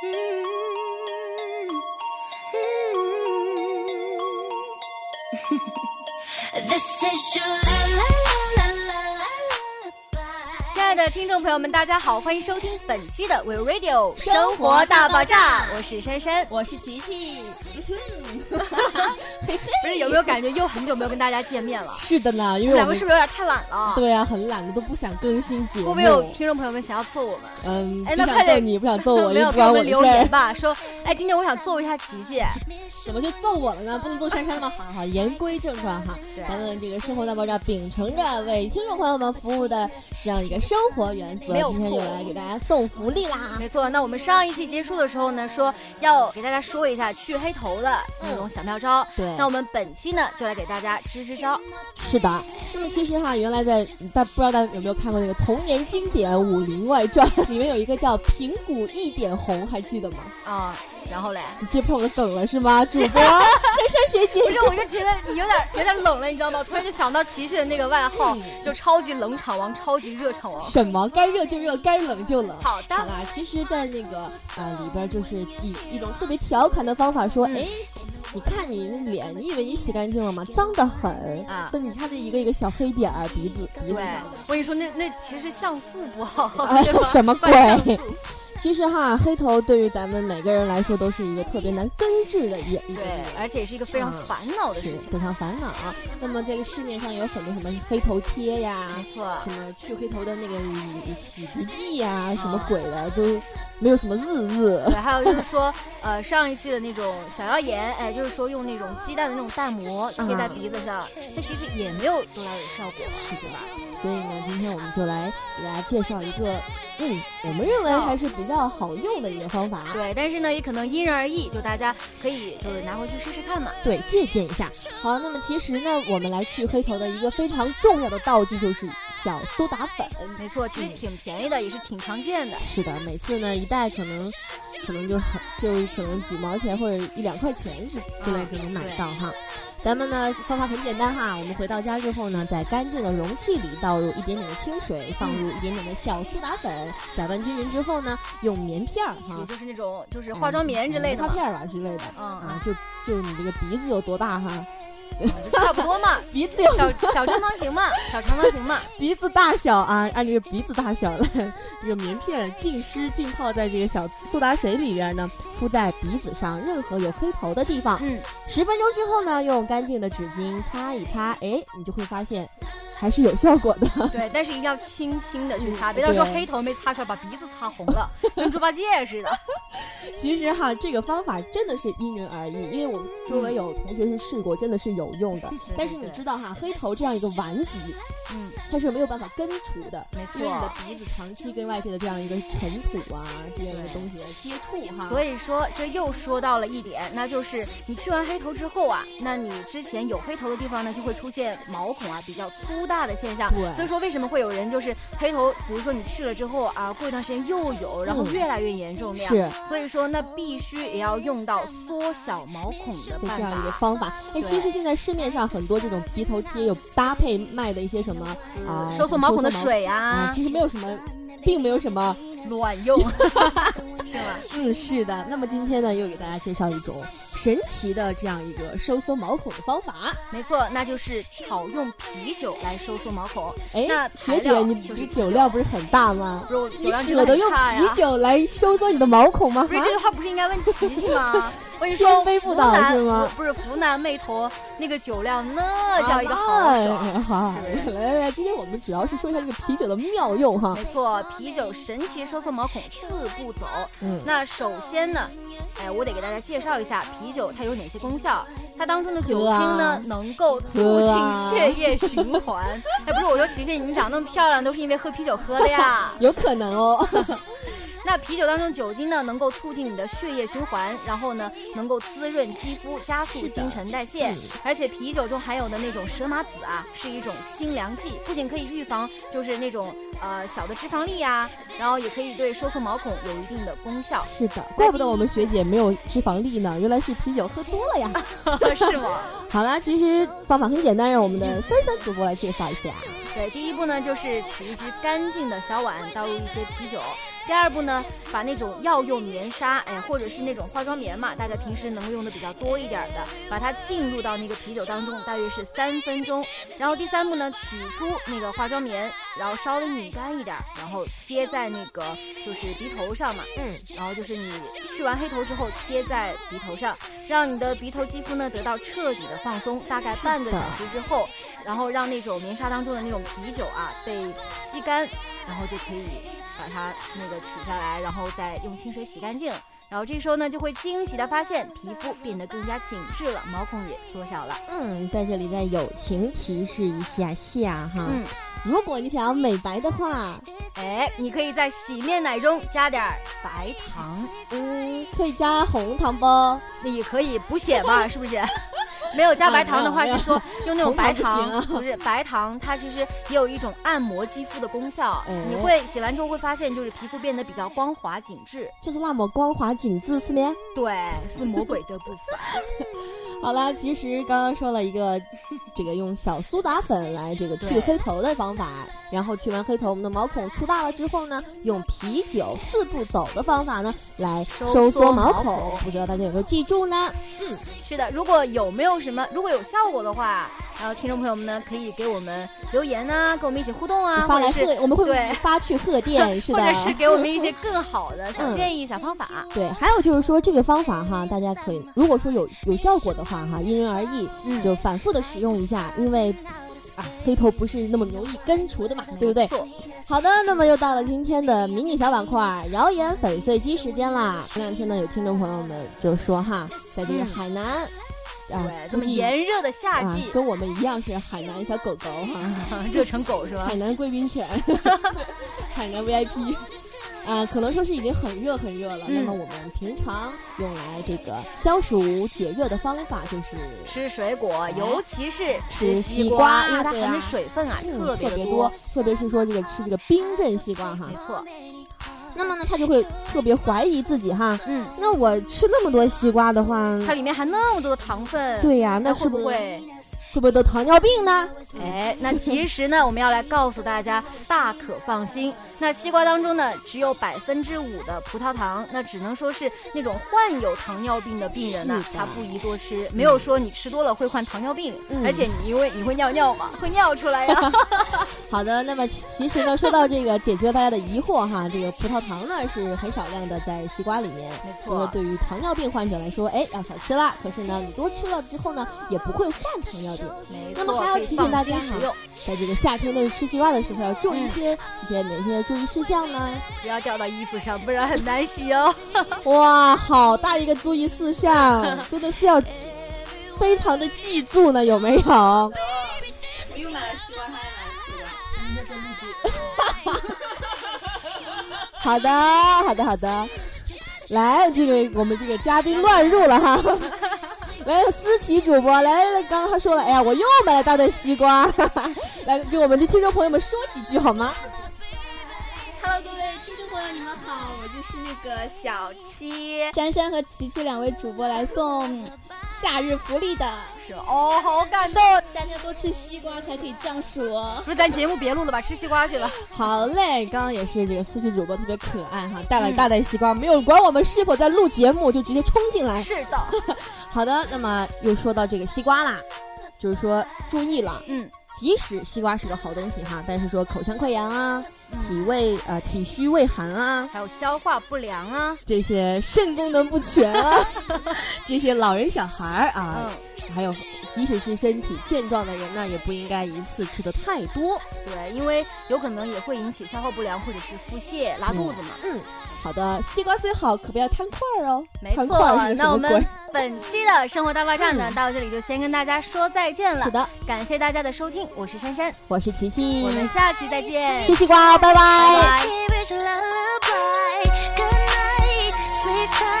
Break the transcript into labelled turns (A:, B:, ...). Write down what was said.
A: Mm-hmm. This is your la la la la la la
B: 亲爱的听众朋友们，大家好，欢迎收听本期的 We Radio
C: 生活大爆炸
B: 我是珊珊。
C: 我是琪琪。嗯
B: 不是有没有感觉又很久没有跟大大家见面了？
C: 是的呢，因
B: 我们
C: 为我
B: 两个
C: 们
B: 是不是有点太懒了？，
C: 对啊，很懒的都不想更新节
B: 会
C: 目。
B: 不会有听众朋友们想要揍我们？
C: 嗯，
B: 哎
C: 就
B: 那快
C: 想揍
B: 点
C: 你，不想揍我，
B: 没有
C: 又不
B: 给我
C: 关我
B: 们
C: 的
B: 留
C: 事
B: 言
C: 儿。
B: 吧，说，哎，今天我想揍一下琪琪。
C: 怎么就揍我了呢？不能揍珊珊吗？好好，言归正传哈，
B: 对
C: 咱们这个生活大爆炸秉承着为听众朋友们服务的这样一个生活原则
B: 没，有
C: 今天
B: 错
C: 又来给大家送福利啦。
B: 没错，那我们上一期结束的时候呢，说要给大家说一下去黑头的那种小妙招。
C: 对
B: 那我们本期呢，就来给大家支支招。
C: 是的，那么其实哈，原来在大不知道大家有没有看过那个童年经典《武林外传》，里面有一个叫平谷一点红，还记得吗？
B: 啊、然后嘞，
C: 你接不上我的梗了 是吗？主播珊珊学姐
B: 不是，我就觉得你有点 有点冷了，你知道吗？我突然就想到琪琪的那个外号，就超级冷场王、超级热场王。
C: 什么？该热就热，该冷就冷。
B: 好的
C: 好啦，其实，在那个呃里边儿就是以一种特别调侃的方法说，
B: 嗯
C: 哎、你看你那脸，你以为你洗干净了吗？脏得很
B: 啊
C: 那你看这一个一个小黑点儿，鼻子鼻
B: 对
C: 子上。，
B: 我跟你说，那那其实像素不好，
C: 哎
B: 对吧
C: 什么鬼
B: 怪像素
C: 其实哈，黑头对于咱们每个人来说都是一个特别难根治的一一个
B: 对，而且也是一个非常烦恼的
C: 嗯是
B: 事情。
C: 非常烦恼。啊那么这个市面上有很多什么黑头贴呀
B: 没，错，
C: 什么去黑头的那个洗涤剂呀，啊什么鬼的都没有什么日日。
B: 对，还有就是说，呃，上一期的那种小妖言，哎，就是说用那种鸡蛋的那种蛋
C: 嗯
B: 膜贴在鼻子上，这其实也没有多大的效果，啊
C: 是的，所以呢，今天我们就来给大家介绍一个，嗯，我们认为还是比较好用的一个方法，啊
B: 对，但是呢，也可能因人而异，就大家可以就是拿回去试试看嘛。
C: 对，借鉴一下。好，那么其实呢，我们来去黑头的一个非常重要的道具就是小苏打粉。
B: 没错，
C: 嗯
B: 其实挺便宜的，也是挺常见的。
C: 是的，每次呢一袋可能，可能就很就可能几毛钱或者一两块钱之之类就能买到哈。咱们呢方法很简单哈，我们回到家之后呢，在干净的容器里倒入一点点的清水，放入一点点的小苏打粉，搅拌均匀之后呢，用棉片儿
B: 也
C: 哈，
B: 就是那种就是
C: 嗯
B: 化妆棉之类的
C: 花
B: 嘛，
C: 片儿啊之类的
B: 嗯
C: 啊，，就就你这个鼻子有多大哈，
B: 就差不多嘛，
C: 鼻 子有
B: 小小正方形嘛，小长方形嘛，
C: 鼻子大小啊，按这个鼻子大小来， 这个棉片浸湿浸泡在这个小苏打水里边呢，敷在鼻子上任何有黑头的地方。
B: 嗯，
C: 十分钟之后呢，用干净的纸巾擦一擦，哎，你就会发现还是有效果的。
B: 对，但是一定要轻轻的去擦，
C: 嗯
B: 别到时候
C: 对
B: 黑头没擦出来，把鼻子擦红了，跟猪八戒似的。
C: 其实哈，这个方法真的是因人而异，因为我们周围有同学是试过，真的是有用的。 但是你知道哈，黑头这样一个顽疾，
B: 嗯，
C: 它是没有办法根除的。
B: 没
C: 因为你的
B: 错。
C: 鼻子长期跟外界的这样一个尘土啊这样的东西的接触哈，
B: 所以说，这又说到了一点，那就是你去完黑头之后啊，那你之前有黑头的地方呢，就会出现毛孔啊比较粗大的现象。
C: 对
B: 所以说，为什么会有人就是黑头，比如说你去了之后啊，过一段时间又有，然后
C: 嗯
B: 越来越严重那样。
C: 是
B: 所以说，那必须也要用到缩小毛孔的
C: 就
B: 办
C: 这样一个
B: 法，
C: 方法。哎，
B: 对
C: 其实现在市面上很多这种鼻头贴有搭配卖的一些什么啊，
B: 收缩毛孔的水
C: 啊，
B: 啊，
C: 其实没有什么，并没有什么。
B: 卵用， 是吗？
C: 嗯，是的。那么今天呢，又给大家介绍一种神奇的这样一个收缩毛孔的方法。
B: 没错，那就是巧用啤酒来收缩毛孔。
C: 哎
B: 那，
C: 学
B: 材
C: 姐，
B: 料
C: 你
B: 就
C: 这
B: 是
C: 个
B: 啤酒
C: 酒量不是很大吗
B: 不？是我酒
C: 你
B: 量真
C: 舍
B: 的
C: 得
B: 很
C: 用
B: 差呀
C: 啤。酒来收缩你的毛孔吗？
B: 不是
C: 哈
B: 这句话不是应该问琪琪 吗？我跟你
C: 先
B: 说，
C: 飞
B: 湖
C: 不倒
B: 南
C: 是吗
B: 不是湖南妹头那个酒量，那叫一个豪爽。
C: 啊好，
B: 对不
C: 来来来，今天我们主要是说一下这个啤酒的妙用哈。
B: 没错，啤酒神奇收缩毛孔四步走。
C: 嗯，
B: 那首先呢，哎，我得给大家介绍一下啤酒它有哪些功效。它当中的酒
C: 喝啊
B: 精呢，能够促
C: 喝
B: 进
C: 啊。
B: 血液循环。 哎，不是我说琪琪，你长那么漂亮，都是因为喝啤酒喝的呀
C: 有可能哦。
B: 那啤酒当中的酒精呢，能够促进你的血液循环，然后呢，能够滋润肌肤，加速
C: 是的
B: 新陈代谢
C: 嗯。，
B: 而且啤酒中含有的那种蛇麻籽啊，是一种清凉剂，不仅可以预防就是那种呃小的脂肪粒啊，然后也可以对收缩毛孔有一定的功效
C: 是的，怪不得我们学姐没有脂肪粒呢，原来是啤酒喝多了 呀。
B: 是吗？
C: 好啦，其实方法很简单，让我们的三三主播来介绍一下。
B: 对，第一步呢就是取一只干净的小碗，倒入一些啤酒。第二步呢，把那种药用棉纱，哎，或者是那种化妆棉嘛，大家平时能用的比较多一点的，把它浸入到那个啤酒当中，大约是三分钟。然后第三步呢，取出那个化妆棉，然后稍微拧干一点，然后贴在那个就是鼻头上嘛，
C: 嗯，
B: 然后就是你去完黑头之后贴在鼻头上，让你的鼻头肌肤呢得到彻底的放松，大概半个小时之后，然后让那种棉纱当中的那种啤酒啊被吸干，然后就可以把它那个取下来，然后再用清水洗干净。然后这时候呢，就会惊喜的发现皮肤变得更加紧致了，毛孔也缩小了。
C: 嗯，在这里再友情提示一下下哈，
B: 嗯，
C: 如果你想要美白的话，
B: 哎，你可以在洗面奶中加点儿白糖。
C: 嗯，可以加红糖包，
B: 那也可以补血吧， 是不是？没有加白糖的话，
C: 啊没有
B: 是说用那种白糖
C: 红糖不，行啊
B: 不是白糖，它其实也有一种按摩肌肤的功效
C: 哎。
B: 你会洗完之后会发现，就是皮肤变得比较光滑紧致。
C: 就是那么光滑紧致，是吗？
B: 对，是魔鬼的部 分。
C: 好啦，其实刚刚说了一 个，这个用小苏打粉来这个去
B: 对
C: 黑头的方法，然后去完黑头，我们的毛孔粗大了之后呢，用啤酒四步走的方法呢来收
B: 收
C: 缩
B: 缩
C: 毛
B: 毛
C: 孔，
B: 孔
C: 不知道大家有没有记住呢？
B: 是的，如果有没有什么，如果有效果的话，然后听众朋友们呢，可以给我们留言呐、跟我们一起互动啊，
C: 发
B: 或
C: 来
B: 者
C: 贺
B: 是，
C: 我们会
B: 对
C: 发去贺 电，是
B: 或
C: 的。
B: 者是给我们一些更好的小
C: 嗯
B: 建议、小方法。
C: 对，还有就是说这个方法哈，大家可以如果说有有效果的话哈，因人而异，
B: 嗯
C: 就反复的使用一下，因为啊黑头不是那么容易根除的嘛，对不对？
B: 没错
C: 好的，那么又到了今天的迷你小板块儿“谣言粉碎机”时间啦。前两天呢，有听众朋友们就说哈，在这个
B: 嗯
C: 海南，啊
B: 对，，这
C: 估
B: 么
C: 计
B: 炎热的夏
C: 啊
B: 季，，
C: 跟我们一样是海南小狗狗 哈。
B: 热成狗是吧
C: 海？南贵宾犬， 海南 VIP，啊、可能说是已经很热很热了。
B: 嗯
C: 那么我们平常用来这个消暑解热的方法就是
B: 吃水果，尤其是
C: 哎吃西
B: 西
C: 瓜
B: 因为它
C: 对啊
B: 含的水分啊
C: 嗯
B: 特别
C: 别
B: 的
C: 多，，嗯特别是说这个吃这个冰镇西瓜哈
B: 没。错，
C: 那么呢，他就会特别怀疑自己哈。
B: 嗯，
C: 那我吃那么多西瓜的话，
B: 它嗯里面含那么多的糖分，，
C: 对呀、那
B: 那
C: 是
B: 会
C: 不
B: 不
C: 是嗯
B: 会？
C: 会不会得糖尿病呢？
B: 哎， 那其实呢，我们要来告诉大家，大可放心。那西瓜当中呢，只有百分之五的葡萄糖，那只能说是那种患有糖尿病的病人呢、
C: 是的
B: 他不宜多吃。没有说你吃多了会患糖尿病，
C: 嗯
B: 而且你因为你会尿尿嘛，会尿出来呀、
C: 好的，那么其其实呢，说到这个解决了大家的疑惑哈，这个葡萄糖呢是很少量的在西瓜里面，
B: 没错
C: 所以说对于糖尿病患者来说，哎，要少吃啦。可是呢，你多吃了之后呢，也不会患糖尿病。
B: 没
C: 那么
B: 错
C: 还要
B: 可以
C: 提醒
B: 放
C: 大
B: 心
C: 家
B: 食
C: 哈
B: 用，
C: 在这个夏天的吃西瓜的时候，要注意一些、一些哪些注意事项呢？
B: 不要掉到衣服上，不然很难洗 哦。
C: 哇，好大一个注意事项，真的是要记非常的记住呢，有没有？
D: 又买了西瓜，他也买了西瓜。
C: 好的，好的，好的。来，这个我们这个嘉宾乱入了哈。 来，思琪主播，来，来刚刚他说了，哎呀，我又买了大袋西瓜， 来给我们的听众朋友们说几句好吗？
D: Hello，各位听众朋友，你们好，我就是那个小七。
E: 珊珊和琪琪两位主播来送夏日福利的，
B: 是哦，好感动。
E: 夏天多吃西瓜才可以降暑哦。
B: 不是，咱节目别录了吧，吃西瓜去了。
C: 好嘞，刚刚也是这个思琪主播特别可爱哈，带
B: 嗯
C: 了一大袋西瓜，没有管我们是否在录节目，就直接冲进来。
B: 是的，
C: 好的，那么又说到这个西瓜啦，就是说注意了，
B: 嗯，
C: 即使西瓜是个好东西哈，但是说口腔溃疡啊、
B: 嗯
C: 体胃呃体虚胃寒啊，
B: 还有消化不良啊，
C: 这些肾功能不全啊， 这些老人、小孩儿啊
B: 嗯，，
C: 还有即使是身体健壮的人呢，也不应该一次吃的太多。
B: 对，因为有可能也会引起消化不良或者是腹泻、拉肚子嘛。
C: 嗯，好的，西瓜虽好，可不要贪块儿哦。
B: 没
C: 贪
B: 错
C: 块儿是，个什
B: 那我
C: 么
B: 们
C: 鬼？
B: 本期的生活大爆炸呢，
C: 嗯
B: 到这里就先跟大家说再见了
C: 是。的，嗯
B: 感谢大家的收听，我是珊珊，
C: 我是琪琪
B: 我，们下期再见，
C: 吃西瓜哦，
B: 拜
C: 拜拜
B: 拜。
A: Serious lullaby. Good night, sleep tight.